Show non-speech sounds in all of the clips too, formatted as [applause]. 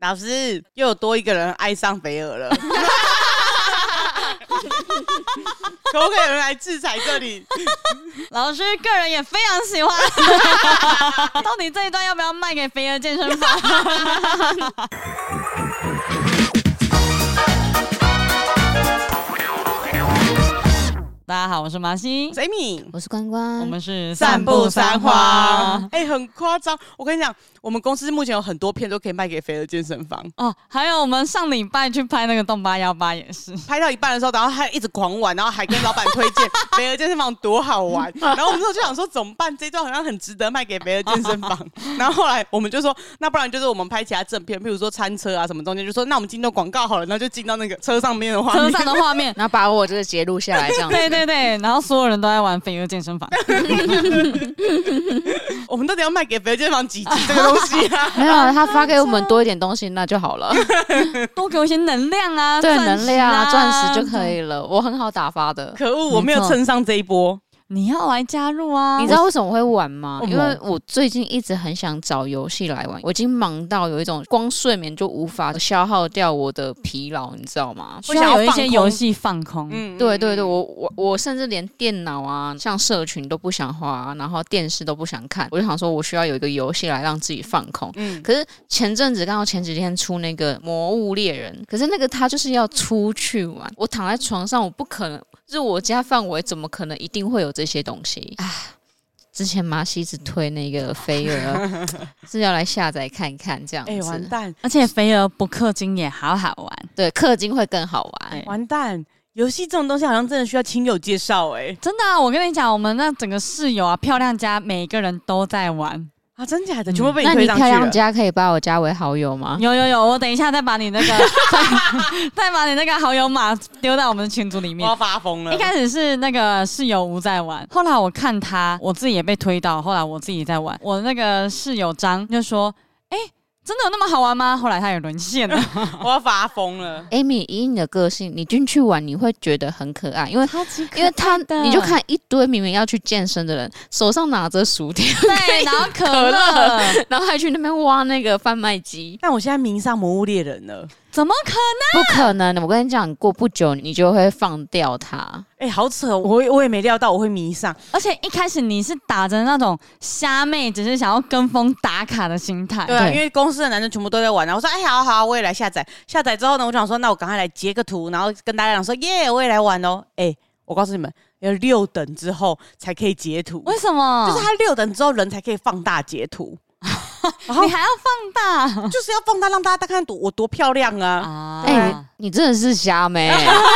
老师又有多一个人爱上肥 [laughs] 儿了，可不可以有人来制裁这里？老师个人也非常喜欢。 [laughs] 到底这一段要不要卖给肥儿健身房？ [laughs] 大家好，我是马西，谁米？我是关关，，我们是散步三花花，哎、很夸张！我跟你讲，我们公司目前有很多片都可以卖给肥儿健身房。哦，还有我们上礼拜去拍那个动八幺八也是，拍到一半的时候，然后他一直狂玩，然后还跟老板推 [laughs] 荐肥儿健身房多好玩。 [laughs] 然后我们那时候就想说怎么办？这一段好像很值得卖给肥儿健身 [laughs] 房。然后后来我们就说，那不然就是我们拍其他正片，譬如说餐车啊什么中间，就说那我们进到广告好了，然后就进到那个 [laughs] 车上面的画车面。上的画面然后把我这个截录下来，这样子 [laughs] 对对对，然后所有人都在玩肥儿健身 [laughs] 房，我们到底要卖给肥儿健身房几集这 [laughs] 个东西啊？没有啊，他发给我们多一点东西，那就好 [laughs] 了。多给我一些能量啊，对，钻石能量啊，钻石就可以。以了，我很好打发的。可恶，我没有蹭上这一波。你要来加入啊，你知道为什么会玩吗？为什因么为我最近一直很想找游戏来玩，我已经忙到有一种光睡眠就无法消耗掉我的疲劳，你知道吗？需要有一些游戏放空。 [laughs] 嗯对对对，我我我甚至连电脑啊，像社群都不想花、然后电视都不想看，我就想说，我需要有一个游戏来让自己放空。嗯，可是前阵子刚好前几天出那个《魔物猎人》，可是那个他就是要出去玩，我躺在床上，我不可能，就是我家范围怎么可能一定会有这些东西啊？之前麻西一直推那个飞 [laughs] 儿，是要来下载看看这样哎、完子，蛋，而且肥儿不氪金也好好玩，对，氪金会更好玩对。完蛋，游戏这种东西好像真的需要亲友介绍哎、真的啊、我跟你讲，我们那整个室友啊，漂亮家每个人都在玩。啊，真假的，嗯全部被那推你上漂去了亮。家可以把我加为好友吗？有有有，我等一下再把你那 [laughs] 个再再把你那个好友码丢到我们的群组里我面要。发疯了！一开始是那个室友吴在玩，后来我看他，我自己也被推到，后来我自己在玩，我那个室友张就说：“哎、真的有那么好玩吗？”后来他也沦陷了，我要发疯了。 Amy，以你的个性，你进去玩你会觉得很可爱，因 [laughs] [laughs] 为超级可爱因为他的你就看一堆明明要去健身的人，手上拿着薯条， [laughs] [laughs] 对，然后 [laughs] 可乐乐，然后还去那边挖那个贩卖机，但我现在迷上《魔物猎人》了，怎么可不可能！我跟你讲，过不久你就会放掉它。哎、好扯哦！我我也没料到我会迷上，而且一开始你是打着那种虾妹，只是想要跟风打卡的心态，对啊，因为公司的男生全部都在玩然后我说，哎、好啊好啊，我也来下载。下载之后呢，我就想说，那我赶快来截个图，然后跟大家讲说，耶，我也来玩哦。哎、我告诉你们，要六等之后才可以截图，为什么？就是他六等之后人才可以放大截图，然后你还要放就是要放大让大家看多我多漂亮大嗯啊！啊！哎、你真的是瞎妹、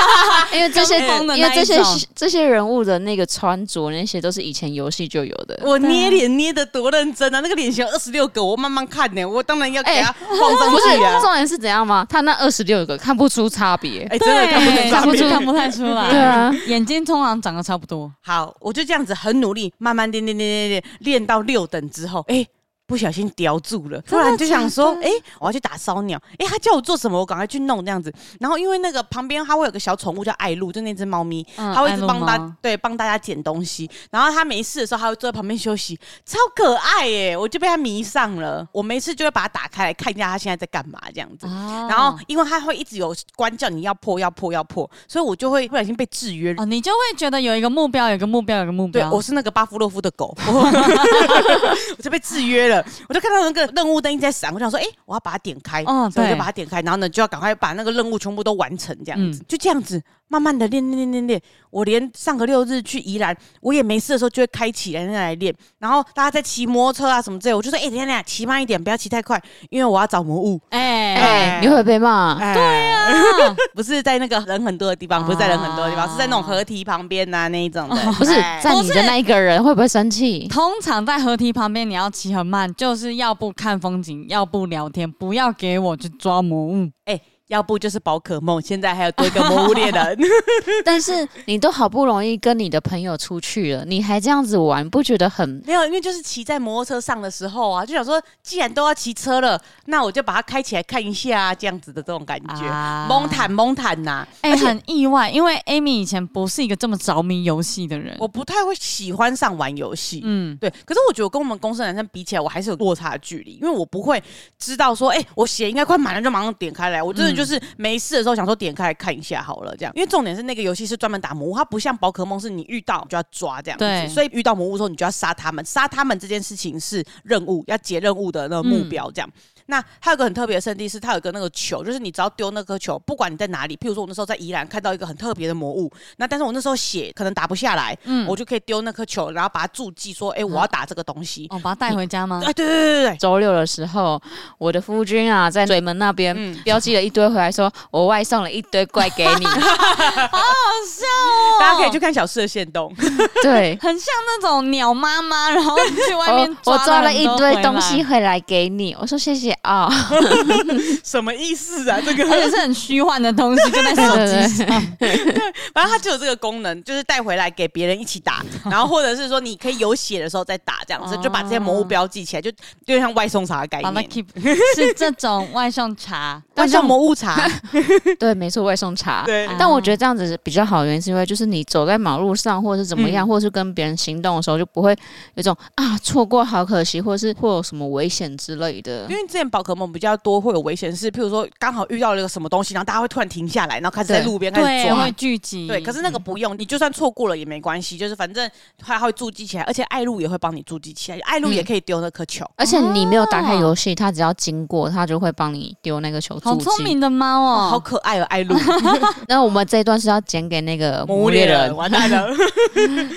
[laughs] 因为这些，跟风的那一因为这些种这些人物的那个穿着那些都是以前游戏就有 [laughs] 的。我捏脸捏的多认真啊，那个脸型二十六个，我慢慢看呢、我当然要给他放上不是去 [laughs] 啊。重点是怎样吗？他那二十六个看不出差别。哎、真的看不出对差看不别 [laughs] 出，看不太出来。对啊，眼睛通常长得差不多。好，我就这样子很努力，慢慢练练练练练，练到六等之后，哎、不小心叼住了，突真的然就想说，假哎、我要去打烧鸟，哎、他叫我做什么，我赶快去弄这样子。然后因为那个旁边它会有个小宠物叫爱露，就那只猫咪，嗯它会一直帮爱大露猫对帮大家捡东西。然后它没事的时候，它会坐在旁边休息，超可爱耶、我就被它迷上了。我没事就会把它打开来看一下它现在在干嘛这样子。啊然后，因为它会一直有关叫你要破要破要破，所以我就会不小心被制约哦，你就会觉得有一个目标，有一个目标，有一个目对，标。我是那个巴夫洛夫的狗， [laughs] 我就被制约了。我就看到那个任务灯一直在闪，我想说，哎、我要把它点开，哦所以我对就把它点开，然后呢，就要赶快把那个任务全部都完成，这样子，嗯就这样子慢慢的练练练练练。我连上个六日去宜兰，我也没事的时候就会开起来那来练，然后大家在骑摩托车啊什么之类，我就说，哎、等一下等一下，骑慢一点，不要骑太快，因为我要找魔物。哎，哎、你会被骂。对呀、 [laughs] 不是在那个人很多的地方，不是在人很多的地方，啊是在那种河堤旁边呐、那一种的。不是哎在你的那一个人会不会生气？通常在河堤旁边，你要骑很慢，就是要不看风景，要不聊天，不要给我去抓魔物。哎、要不就是宝可梦，现在还有多一个魔物猎人。但是你都好不容易跟你的朋友出去了，你还这样子玩，不觉得很没有，因为就是骑在摩托车上的时候啊，就想说，既然都要骑车了，那我就把它开起来看一下、啊，这样子的这种感觉，啊蒙坦蒙坦呐、哎、很意外，因为 Amy 以前不是一个这么着迷游戏的人。我不太会喜欢上玩游戏。嗯，对，可是我觉得我跟我们公司的男生比起来，我还是有落差的距离，因为我不会知道说，哎、我血应该快满了就马上点开来，我真的就是嗯没事的时候想说点开来看一下好了，这样。因为重点是那个游戏是专门打魔物，它不像宝可梦是你遇到就要抓这样对子，所以遇到魔物的时候你就要杀他们，杀他们这件事情是任务，要解任务的那个目标这样。嗯那还有个很特别的圣地是，它有一个那个球，就是你只要丢那颗球，不管你在哪里，譬如说我那时候在宜兰看到一个很特别的魔物，那但是我那时候血可能打不下来，嗯我就可以丢那颗球，然后把它注记说，哎、我要打这个东西。哦，把它带回家 [laughs] 吗？哎，对对对对对，周六的时候，我的夫君啊，在水门那边、嗯标记了一堆回来说，我外送了一堆怪给你。 [laughs] 大家可以去看小四的线动， [laughs] 对，哦很像那种鸟妈妈，然后去外面我哦我抓了很一多堆回东西来，回来给你，我说谢谢啊。什么意思啊？这 [laughs] 个而且是很虚幻的东西，就在手机上。反正它就有这个功能，就是带回来给别人一起打，然后或者是说你可以有血的时候再打，这样子哦就把这些魔物标记起来，就有点像外送茶的概把它念。 keep 是这种外送茶，外送魔物茶，对，没错，外送茶。对啊但我觉得这样子比较好，原因是因为就是你走在马路上，或者是怎么样，或者是跟别人行动的时候，就不会有一种啊错过好可惜，或者是会有什么危险之类的因。为之前宝可梦比较多会有危险事，譬如说刚好遇到了一个什么东西，然后大家会突然停下来，然后开始在对路边开始对抓会。聚集，对，可是那个不用，你就算错过了也没关系，就是反正它会注记起来，而且爱露也会帮你注记起来，爱露也可以丢那颗球。而且你没有打开游戏，它只要经过，它就会帮你丢那个球好注聪记。明的猫哦，好哦，可爱哦，爱露， [laughs] 那我们这一段是要剪给那个魔物猎人，完蛋了。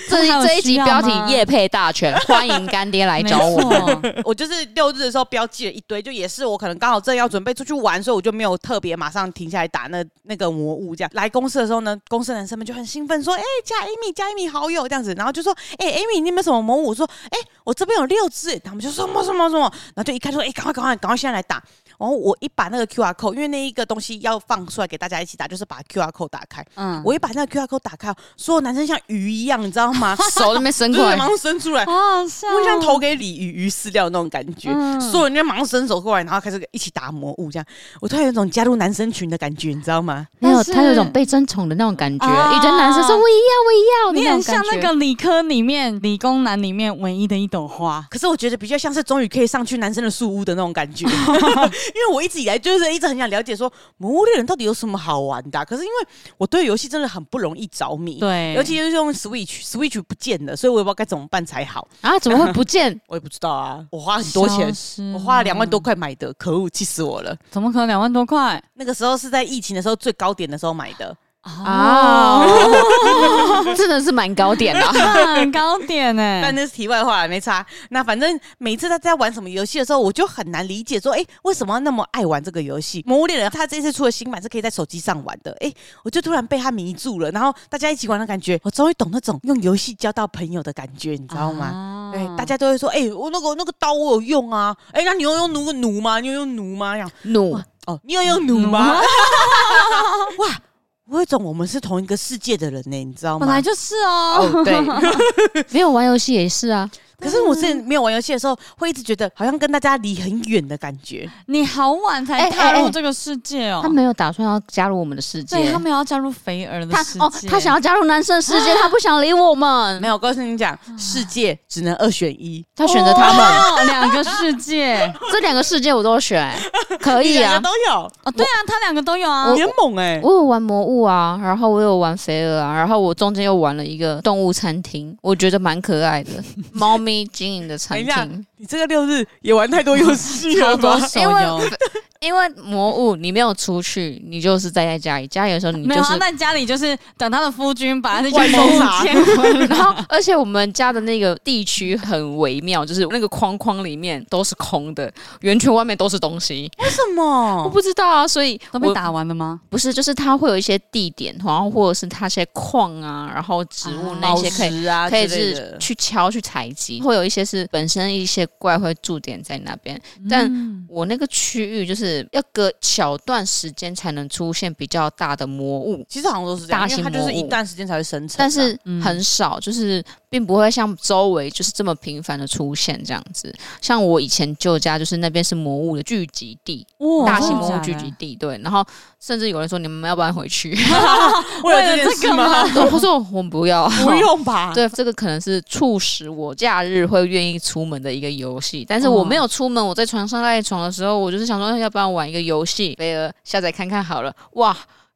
这还有一这一需集要标 [laughs] 题吗“夜配大全”，欢迎干爹来没找我。错，我就是六日的时候标记了一堆，就也是我可能刚好正要准备出去玩，所以我就没有特别马上停下来打那那个魔物这样。来公司的时候呢，公司的男生们就很兴奋说：“哎、加 Amy 加 Amy 好友这样子。”然后就说：“哎、a m y 你有没有什么魔物？”我说：“哎、我这边有六只。”他们就说什么什么什么，然后就一看说：“哎、赶快赶快赶快现在来打！”然后我一把那个 QR code，因为那一个东西要放出来给大家一起打，就是把 QR code 打开。嗯，我一把那个 QR code 打开，所有男生像鱼一样，你知道吗？ [laughs] 手那边伸就过是 [laughs] 来马，上伸出来，好好笑哦，我像投给鲤鱼鱼饲料的那种感觉，嗯所有人就马上伸手过来，然后开始一起打魔物，这样我突然有一种加入男生群的感觉，你知道吗？没有，但是他有一种被争宠的那种感觉。啊一堆男生说“我也要，我你也要”，种很像感那觉个理科里面理工男里面唯一的一朵花。可是我觉得比较像是终于可以上去男生的树屋的那种 [laughs] 感觉，因为我一直以来就是一直很想了解说魔物猎人到底有什么好玩的啊、可是因为我对游戏真的很不容易着迷，，对，尤其就是用 Switch，Switch 不见了，所以我也不知道该怎么办才好，啊，怎么会不 [laughs] 见？我也不知道啊，我花很多钱消。失我花了两万多，块买的，可恶，气死我了！怎么可能两万 [laughs] 多块那个时候是在疫情的时候最高点的时候买的，啊， [laughs] 真的是蛮高点的啊。很高点欸呢、但那是题外话，没差。那反正每次他在玩什么游戏的时候，我就很难理解说，哎、为什么要那么爱玩这个游戏？《魔物猎人》他这次出的新版是可以在手机上玩的，哎、我就突然被他迷住了。然后大家一起玩的感觉，我终于懂那种用游戏交到朋友的感觉，你知道吗？啊对，大家都会说，哎、我那个那个刀我有用啊，哎、那你有用弩弩吗？你有用弩吗？这样弩，哦，你有用弩吗？嗯 [laughs] 哇，我有一种我们是同一个世界的人呢、你知道吗？本来就是哦。哦，对。没有玩游戏也是啊。可是我之前没有玩游戏的时候，会一直觉得好像跟大家离很远的感觉。你好晚才哎踏哎入哎这个世界哦。他没有打算要加入我们的世对界他。没有要加入肥儿的他世界。哦，他想要加入男生的世界，他不想理我们没。有，我告诉你讲，世界只能二选一，嗯他选择他们哦两个世界。这两个世界，我都选，可以两啊个。都有，哦， [laughs] 对啊，他两个都有啊你。很猛哎、我有玩魔物啊，然后我有玩肥鹅啊，然后我中间又玩了一个动物餐厅，我觉得蛮可爱的，猫咪经营的餐等一下厅。你这个六日也玩太多游戏超了多吧？手因为游，因为魔物你没有出去，你就是待在家里，家里的时候你没有啊就他是。在家里就是等他的夫君把那外些送魔物茶捡 [laughs] 回来。然后，而且我们家的那个地区很微妙，就是那个框框里面都是空的，圆圈外面都是东西。为什我么？不知道啊，所以都被我打完了吗？不是，就是它会有一些地点，然后或者是它一些矿啊，然后植物啊那些可以。以啊可以之类是的去敲去采集，会有一些是本身一些怪会驻点在那边，嗯但我那个区域就是要隔小段时间才能出现比较大的魔物，其实好像都是这大样，因为型它就是魔物一段时间才会生成啊、但是嗯很少，就是并不会像周围就是这么频繁的出现这样子。像我以前旧家就是那边是魔物的聚集地，哇大型哦真的魔假物的聚集地，对。然后甚至有人说你们要不然回去，为了为了这件这事个吗？ [laughs] 我说我不要，不用吧？对，这个可能是促使我假日会愿意出门的一个游戏，但是我没有出门，我在床上赖床的时候，我就是想说，哎要不然玩一个游戏，贝尔下载看看好了，哇，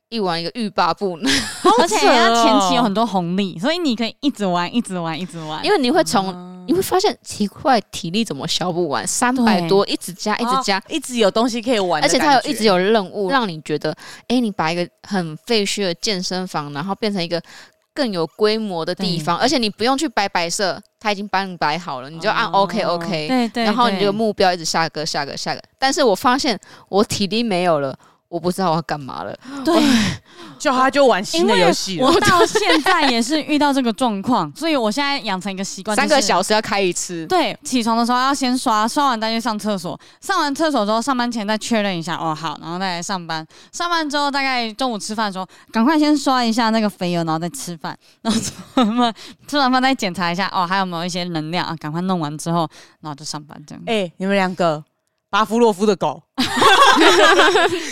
一玩一个欲罢不能，而且扯人家前期有哦很多红利，所以你可以一直玩，一直玩，一直玩。因为你会从。你会发现奇怪，体力怎么消不完？三百对多，一直加，一直加，哦一直有东西可以玩的感而且觉，它有一直有任务，让你觉得，哎、你把一个很废墟的健身房，然后变成一个更有规模的地对方，而且你不用去摆摆设，它已经帮你摆好了，你就按哦 OK OK，、对对，然后你对这个目标一直下个下个下个，但是我发现我体力没有了，我不知道我要干嘛了。对，就他就玩新因的为游戏了。我到现在也是遇到这个状况，所以我现在养成一个习惯，三就个是小时要开一次，对，哦起床的时候要先刷，刷完再去上厕所，上完厕所之后，上班前再确认一下，哦好，然后再来上班。上班之后，大概中午吃饭的时候，赶快先刷一下那个肥油，然后再吃饭， [laughs] 然后吃完饭吃完饭再检查一下，哦还有没有一些能量啊，赶快弄完之后，然后就上班这样，哎、你们两个，巴夫洛夫的狗，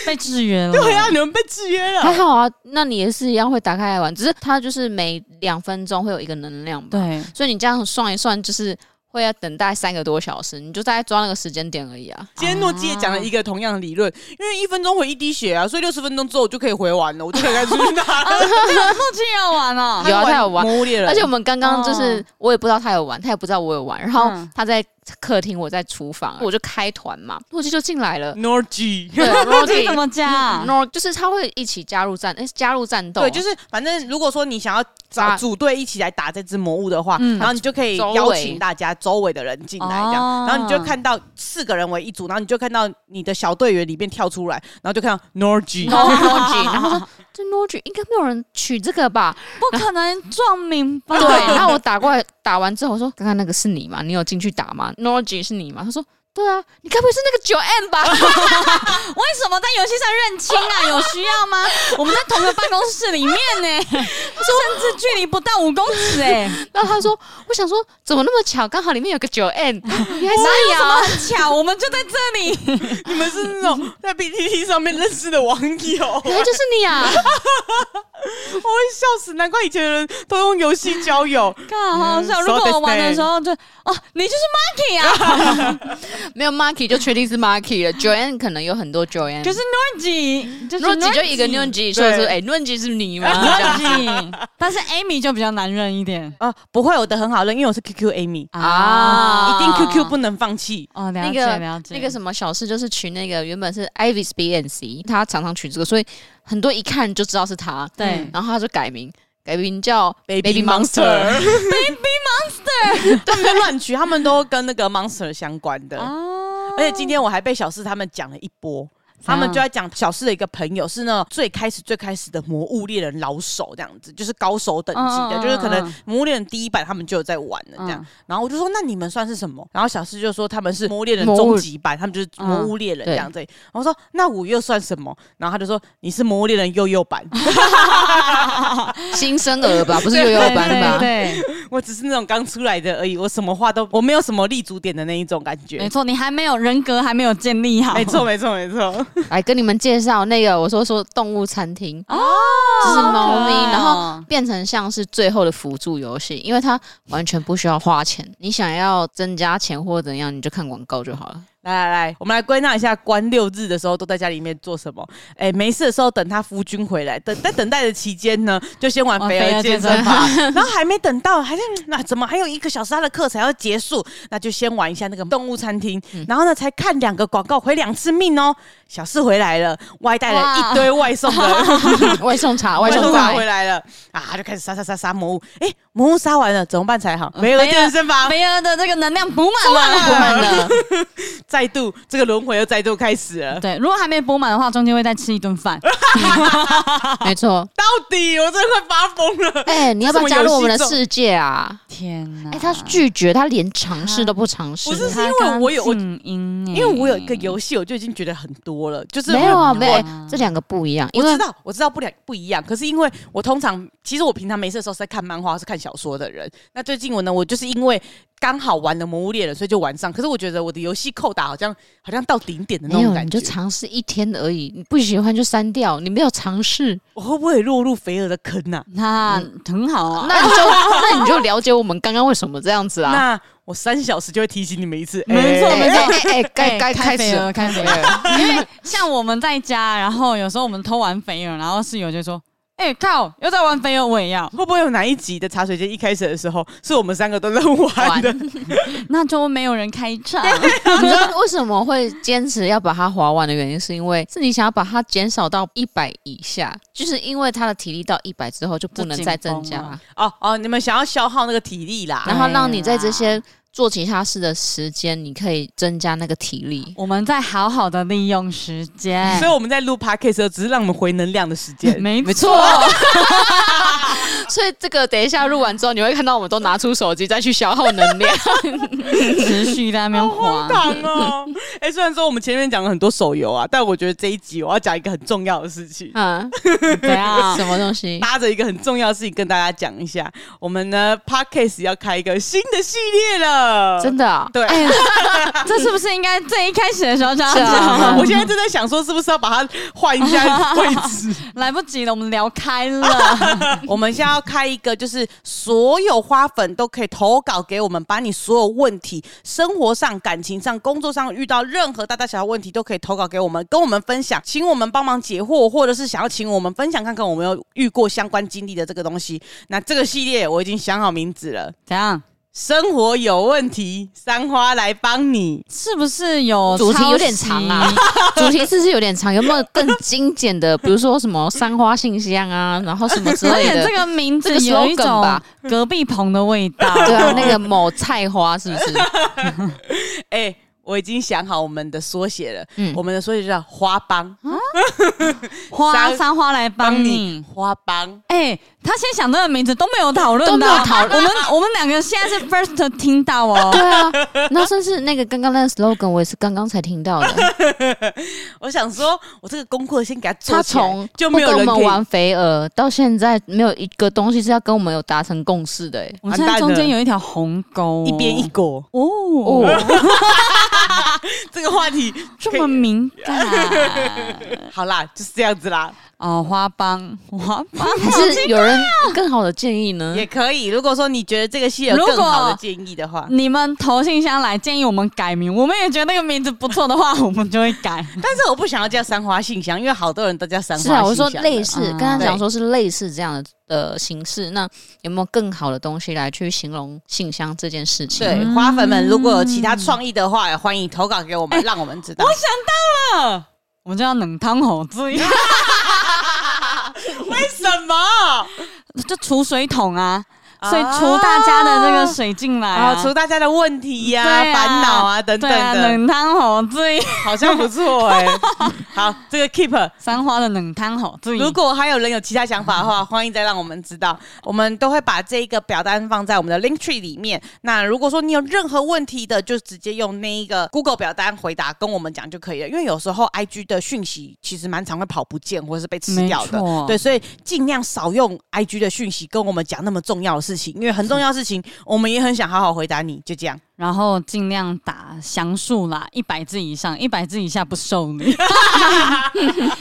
被制约了。对啊，你们被制约还了。好啊。那你也是一样会打开来玩，只是它就是每两分钟会有一个能量吧，对所以你这样算一算，就是会要等待三个多小时，你就大概抓那个时间点而已啊。今天诺基也讲了一个同样的理论，因为一分钟回一滴血啊，所以六十分钟之后我就可以回完了，我就可以开始出 [laughs] 去打了。这竟然玩哦，啊有啊他 [laughs] 有玩魔物猎人，。[laughs] 而且我们刚刚就是哦我也不知道他有玩，他也不知道我有玩，然后嗯他在客厅，我在厨房，我就开团嘛，诺基就进来了诺基。 [laughs] 对，诺这基怎么加？ no，就是他会一起加入战，诶，加入战斗， [laughs] 对，就是反正如果说你想要找打组队一起来打这只魔物的话，嗯然后你就可以啊周围邀请大家周围的人进来，这样，哦然后你就看到四个人为一组，然后你就看到你的小队员里面跳出来，然后就看到 Norgy， no Noji，然后说这 Noji 应该没有人取这个吧？不可能撞名吧？对，然后我打过来，打完之后我说，刚刚那个是你吗？你有进去打吗？Noji 是你吗？他说。对啊，你该不会是那个九 M 吧？为什么在游戏上认亲啊？有需要吗？我们在同个办公室里面呢、甚至距离不到五公尺 [laughs] 哎、然后他说，我想说怎么那么巧，刚好里面有个九 M，原来哪有是你什么啊！很巧？我们就在这里，你们是那种在 PTT 上面认识的网友， [laughs] 原来就是你啊！我会笑死，难怪以前的人都用游戏交 [laughs] 友。看好好笑。嗯如果 so 我玩的 distant 时候就哦，你就是 Monkey 啊，没有 Marky 就确定是 Marky 了，九 M 可能有很多九 M，就是 Nunji，就是 Noji 就一个 [laughs] Nunji Noji，所以说对哎，Noji 是 [laughs] 你吗？这样 Nunji 但是 Amy 就比较难认一点啊，不会，我的很好认，因为我是 QQ Amy，啊，一定 QQ 不能放弃。哦，了那解个了解，那个什么小事就是取那个原本是 Ivis BNC，他常常取这个，所以很多一看就知道是他。对然后他就改名，改名叫 Baby Monster。 [laughs] 他们就乱取，他们都跟那个 Monster 相关的。哦而且今天我还被小四他们讲了一波，他们就在讲小四的一个朋友是那种最开始最开始的魔物猎人老手这样子，就是高手等级的，嗯嗯嗯就是可能嗯魔物猎人第一版他们就有在玩了这样。嗯然后我就说那你们算是什么？然后小四就说他们是魔物猎人魔物终极版，他们就是魔物猎人这样子。然后我说那我又算什么？然后他就说你是魔物猎人幼幼版， [laughs] 新生 [laughs] 儿吧，不是幼幼班对吧？对我只是那种刚出来的而已，我什么话都我没有什么立足点的那一种感对，没觉。错，你还没有人格还没有建立好，没错，没错，没错。来跟你们介绍那个，我说说动物餐厅哦，这是猫好可爱咪，哦然后变成像是最后的辅助游戏，因为它完全不需要花钱，你想要增加钱或怎样，你就看广告就好了。来来来，我们来归纳一下关六日的时候都在家里面做什么。哎，没事的时候等他夫君回来，等在等待的期间呢，就先玩玩肥肥儿儿哦健健身身法， [laughs] 然后还没等到，还在那怎么还有一个小时他的课才要结束，那就先玩一下那个动物餐厅，然后呢才看两个广告回两次命哦。小四回来了，外带了一堆外送的 [laughs] [laughs] 外送茶，外外送 [laughs] 送茶回来了啊，就开始杀杀杀杀魔物。哎，魔物杀完了怎么办才好？哦没有了 [laughs] 没了健身房，梅儿的这个能量补 [laughs] 满了，不满了，再度这个轮回又再度开始了。对，如果还没补满的话，中间会再吃一 [laughs] 顿饭。没错。到底我真的快发疯了。哎、你要不要加入我们的这什么游戏世界啊？天哪！哎、他拒绝，他连尝试都不尝试。不是是因为我有我因 [laughs] 因为我有一个游戏，我就已经觉得很多了，就是没有啊，我没有、哎这两个不一样，因我为知道，我知道不两不一样，可是因为我通常，其实我平常没事的时候是在看漫画、是看小说的人。那最近我呢，我就是因为刚好玩了《魔物猎人》，所以就玩上。可是我觉得我的游戏扣打好像好像到顶点的那没种有感你就觉。尝试一天而已，你不喜欢就删掉，你没有尝试， [laughs] 我会不会落入肥儿的坑啊？那很好嗯啊。那你就那你就了解我们刚刚为什么这样子啊？那我三小时就会提醒你们一次。没错哎没错 [laughs] 哎哎哎，该哎该开肥始了了，开肥了。 [laughs] 因为像我们在家，然后有时候我们偷玩肥了，然后室友就说：“哎靠，又在玩肥了，我也要。 [laughs] 会不会有哪一集的茶水间一开始的时候，是我们三个都在玩的？”那就没有人开场。 [laughs] 你知道为什么会坚持要把它划完的原因，是因为是你想要把它减少到一百以下，就是因为它的体力到一百之后就不能再增就紧加，绷了 [laughs] 哦哦，你们想要消耗那个体力啦。然后让你在对这啦些做其他事的时间，你可以增加那个体力。我们在好好的利用时间所。以我们在录 podcast 的时候，只是让我们回能量的时间。哎没没错，所以这个等一下录完之后，你会看到我们都拿出手机再去消耗能 [laughs] 量。 [laughs] 持续在那边荒。滑唐哦！ [laughs] 哎、虽然说我们前面讲了很多手游啊，但我觉得这一集我要讲一个很重要的事情，啊，怎样？ [laughs] 什么东西？搭着一个很重要的事情跟大家讲一下。我们呢 podcast 要开一个新的系列了， [laughs] 真的啊、对。哎，这是不是应该最一开始的时候就要是啊讲？我现在正在想说，是不是要把它换一下位置？来不及了，我们聊开了。 [laughs] 我们现在要开一个，就是所有花粉都可以投稿给我们，把你所有问题、生活上、感情上、工作上遇到任何大大小小问题都可以投稿给我们，跟我们分享，请我们帮忙解惑，或者是想要请我们分享看看我们有遇过相关经历的这个东西。那这个系列我已经想好名字了，怎样？生活有问题，三花来帮你。 [laughs] 是不是有主题有点抄袭长 [laughs] 啊？主题是不是有点长？有没有更精简的？比如说什么三花信箱啊，然后什么之而类且的这。个名字这个有一 slogan 种吧隔壁棚的味 [laughs] 道。对啊，那个某菜花是不是？哎、我已经想好我们的缩写了，嗯我们的缩写就叫花帮，花三三花来帮你。花帮。哎、他先想到的名字都没有讨论到，啊都没有讨论我们我们两个现在是 first 听到哦 [laughs] [laughs] 对。啊，那甚至那个刚刚那个 slogan，我也是刚刚才听到的。我想说，我这个功课先给他做他起来从就不没有跟我人可们以玩肥鹅到现在，没有一个东西是要跟我们有达成共识的、欸。我们现在中间有一条鸿沟、一边一果，哦，哦，这个话 [laughs] 题这可以么敏感好啦，就是这样子啦，哦，花帮花帮。还 [laughs] 是有人更好的建议呢？也可以。如果说你觉得这个戏有如更果好的建议的话，嗯你们投信箱来建议我们改名，我们也觉得那个名字不错的话，我们就会改。但是我不想要叫三花信箱，因为好多人都叫三花是信啊，箱。我说类似，嗯跟他讲说是类似这样的呃形式。那有没有更好的东西来去形容信箱这件事情？对嗯花粉们，如果有嗯其他创意的话，也欢迎投稿给我哎们，让我们知道。啊我们就要冷汤吼之 [laughs] 一，为什么？就储水桶啊，所以啊除大家的这个水进来啊啊，除大家的问题呀、对啊烦恼啊等等对啊，的，冷汤好醉，好像不 [laughs] 错哎、好，这个 keep 三花的冷汤好嗯醉。如果还有人有其他想法的 [laughs] 话，欢迎再让我们知道，我们都会把这一个表单放在我们的 Link Tree 里面。那如果说你有任何问题的，就直接用那一个 Google 表单回答，跟我们讲就可以了。因为有时候 IG 的讯息其实蛮常会跑不见或者是被吃掉没的错，对，所以尽量少用 IG 的讯息跟我们讲那么重要的事情，因为很重要的事情，我们也很想好好回答你，就这样。然后尽量打详述啦，一百字以上，一百字以下不受 [laughs] 理，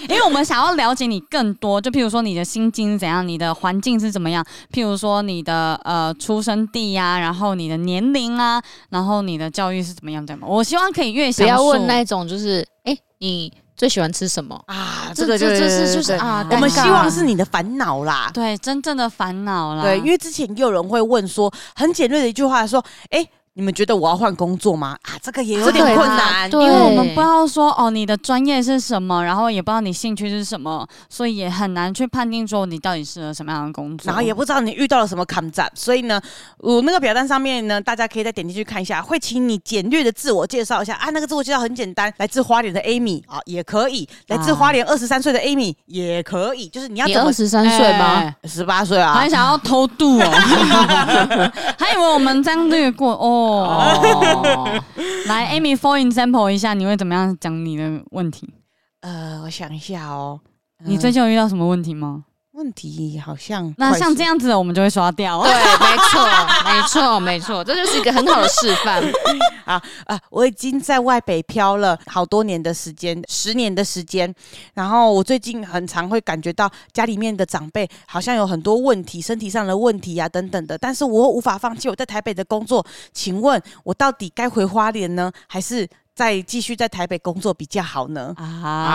因为我们想要了解你更多，就譬如说你的心境是怎样，你的环境是怎么样，譬如说你的呃出生地呀、然后你的年龄啊，然后你的教育是怎么样，对吗？我希望可以越不详述。要问那种就是，哎、你最喜欢吃什么？啊，这这这是就是啊，我们尴尬希望是你的烦恼啦，对真正的烦恼啦。对，因为之前也有人会问说，很简略的一句话说，哎、你们觉得我要换工作吗？啊，这个也有这个点也困难难，对因为我们不知道说哦你的专业是什么，然后也不知道你兴趣是什么，所以也很难去判定说你到底适合什么样的工作。然后也不知道你遇到了什么 comes up，所以呢，我那个表单上面呢，大家可以再点进去看一下，会请你简略的自我介绍一下啊。那个自我介绍很简单，来自花莲的 Amy 啊，也可以；来自花莲二十三岁的 Amy 也可以，就是你要你怎二么十三岁吗？哎？十八岁啊还？想要偷渡 [laughs] 哦，还以为我们这样略过哦。哦，来，Amy，for example 一下，你会怎么样讲你的问题？呃，我想一下哦，你最嗯近有遇到什么问题吗？问题好像那快啊像是这样子的，我们就会刷 [laughs] 掉。 [laughs] 对，没错，没错，没错，这就是一个很好的示 [laughs] 范。啊，我已经在外北漂了好多年的时间，十年的时间。然后我最近很常会感觉到家里面的长辈好像有很多问题，身体上的问题呀、啊等等的，但是我又无法放弃我在台北的工作。请问，我到底该回花莲呢，还是再继续在台北工作比较好呢？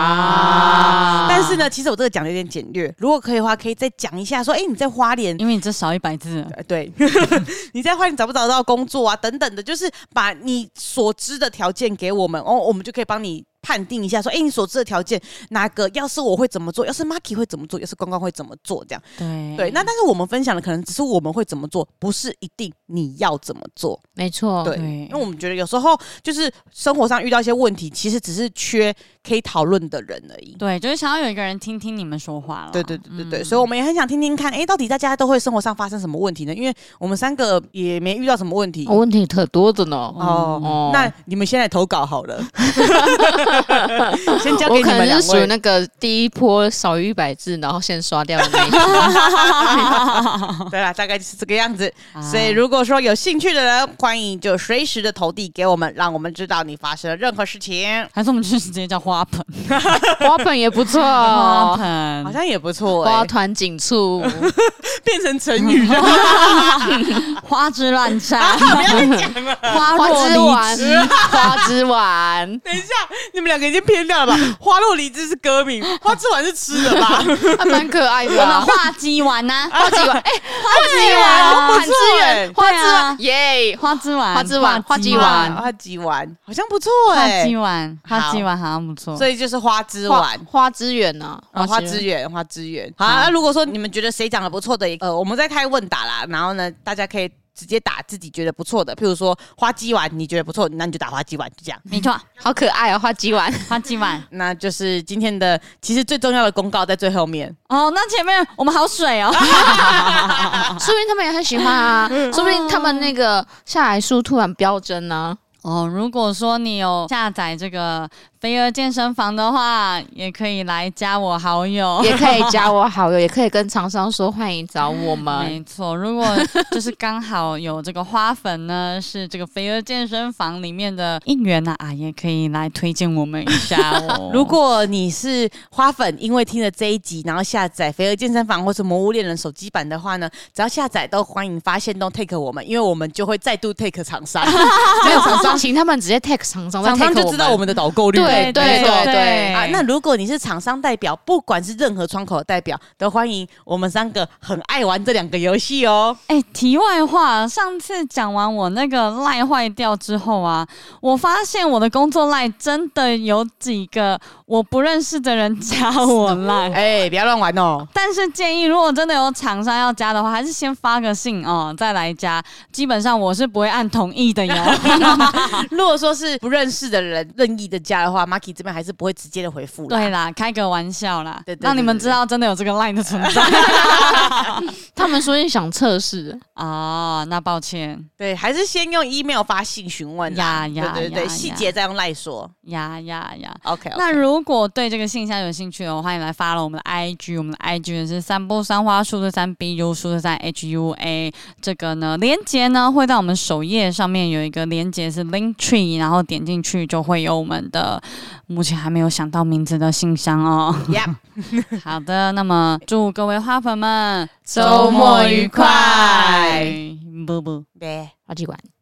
啊！但是，呢，其实我这个讲的有点简略，如果可以的话，可以再讲一下说，哎、你在花莲因为你这少一百字了，呃，对， [laughs] 你在花莲找不找得到工作啊？等等的，就是把你所知的条件给我们，哦，我们就可以帮你判定一下，说，哎、你所知的条件哪个？要是我会怎么做？要是 Marky 会怎么做？要是关关会怎么做？这样对对。那但是我们分享的可能只是我们会怎么做，不是一定你要怎么做。没错，对，对因为我们觉得有时候就是生活上遇到一些问题，其实只是缺可以讨论的人而已。对，就是想要有一个人听听你们说话了。嗯对对对对对，所以我们也很想听听看，哎、到底大家都会生活上发生什么问题呢？因为我们三个也没遇到什么问题，我哦问题特多的呢。哦，哦那你们先来投稿好 [laughs] 了，先交给我你可们能两是属于位。那个第一波少于一百字，然后先刷掉的 [laughs] 那一种。 [laughs] 对啦，大概就是这个样子。啊所以如果说有兴趣的人，欢迎就随时的投递给我们，让我们知道你发生了任何事情，还是我们就直接叫花盆，花盆也不错，花花盆哦好像也不错哎、团锦簇，嗯变成成 [laughs] 语了，花枝乱啊 [laughs] 颤，不要再讲了。花 [laughs] 花若枝离枝，丸， [laughs] 花枝 [laughs] 丸等一下，你们两个已经偏掉了吧？花落梨枝是歌名，花枝丸是吃的 [laughs] 吧？还蛮可爱我的们啊。画鸡丸啊呐，花鸡丸，哎，花花枝丸，不错韩之哎源，花枝丸，对耶！花枝丸，花枝丸花鸡丸花鸡丸好像不错花哎、鸡丸，花好鸡丸好像不错。所以就是花枝花丸。花之源呢？啊，花之资源，花嗯资源。好，啊好那如果说你们觉得谁讲的不错的，也呃，我们再开问答啦。然后呢，大家可以直接打自己觉得不错的，譬如说花鸡丸，你觉得不错，那你就打花鸡丸，就这样。没错，好可爱哦，花枝丸。花鸡丸。那就是今天的，其实最重要的公告在最后面。。哦，那前面我们好水 [laughs] 哦。 [laughs] 说不定他们也很喜欢 [laughs] 啊，说不定他们那个下来数突然飙啊增呢。哦，如果说你有下载这个飞儿健身房的话，也可以来加我好 [laughs] 友。也可以加我好友，也可以跟厂商说欢迎找我 [laughs] 们。没错，如果就是刚好有这个花粉呢，是这个肥儿健身房里面的一员呢、啊，也可以来推荐我们一下哦 [laughs] 如果你是花粉，因为听了这一集，然后下载《肥儿健身房》或是《魔物猎人》手机版的话呢，只要下载都欢迎发现都 take 我们，因为我们就会再度 take 厂 [laughs] 商，没有厂商，请他们直接 tag 厂商，再厂商 tag 就知道我们的导购率了。对对没错对对对啊，那如果你是厂商代表，不管是任何窗口的代表，都欢迎我们三个很爱玩这两个游戏哦。哎、题外话，上次讲完我那个赖坏掉之后啊，我发现我的工作赖真的有几个我不认识的人加我赖。哎、不要乱玩 [laughs] 哦。但是建议，如果真的有厂商要加的话，还是先发个信哦，再来加。基本上我是不会按同意的哟。 [laughs] 如果说是不认识的人任意的加的话，Marky 这边还是不会直接的回复啦。对啦，开个玩笑啦，对对对让你们知道真的有这个 line 的 [laughs] 存在他们说你想测试，哦。那抱歉，对，还是先用 email 发信询问啦。呀呀对对对，呀细呀节再用赖说。呀呀呀。 OK，, o 那如果对这个信箱有兴趣的话，欢迎来发了我们的 IG，我们的 IG 是三波三花数字三 BU 数字三 HUA。这个呢，连接呢会到我们首页上面有一个连接是 Link Tree，然后点进去就会有我们的目前还没有想到名字的信箱 [laughs] 哦。 Yep 好的，那么祝各位花粉们周末愉快嗯不不。对。好几管。